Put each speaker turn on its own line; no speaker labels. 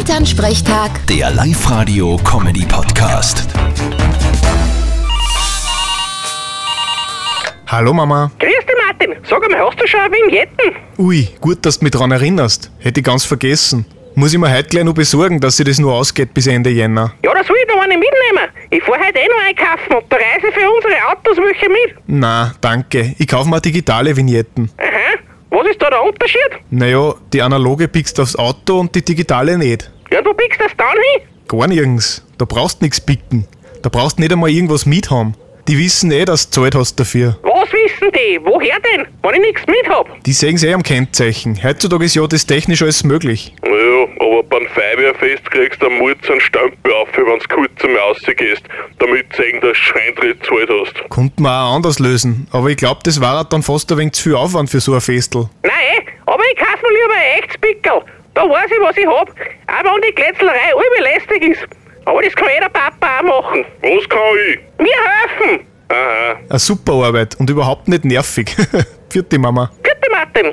Elternsprechtag,
Der Live-Radio-Comedy-Podcast.
Hallo Mama.
Grüß dich, Martin. Sag einmal, hast du schon eine Vignetten?
Ui, gut, dass du mich dran erinnerst. Hätte ich ganz vergessen. Muss ich mir heute gleich noch besorgen, dass sie das nur ausgeht bis Ende Jänner.
Ja, da soll ich noch eine mitnehmen. Ich fahr heute eh noch einkaufen und preise für unsere Autos welche mit.
Na, danke. Ich kaufe mir digitale Vignetten.
Aha. Was ist da der Unterschied?
Naja, die analoge pickst aufs Auto und die digitale nicht.
Ja, du biegst das dann hin.
Gar nirgends. Da brauchst nix picken. Da brauchst nicht einmal irgendwas mithaben. Die wissen eh, dass du zahlt hast dafür.
Was wissen die? Woher denn? Wenn ich nichts mit hab.
Die sehen's eh am Kennzeichen. Heutzutage ist ja das technisch alles möglich.
Naja, aber beim Feuerwehrfest kriegst du am Murz einen Stempel auf, wenn du kurz einmal rausgehst, damit sie sehen, dass du Scheintritt gezahlt hast.
Konnten wir auch anders lösen. Aber ich glaub, das war dann fast ein wenig zu viel Aufwand für so ein Festel.
Nein, eh. aber ich kauf mir lieber ein echtes Pickel. Da weiß ich, was ich hab. Auch wenn die Glätzlerei überlästig ist. Aber das kann jeder Papa auch machen.
Was kann ich?
Wir helfen.
Aha.
Eine super Arbeit und überhaupt nicht nervig. Vierte Mama.
Bitte, Martin.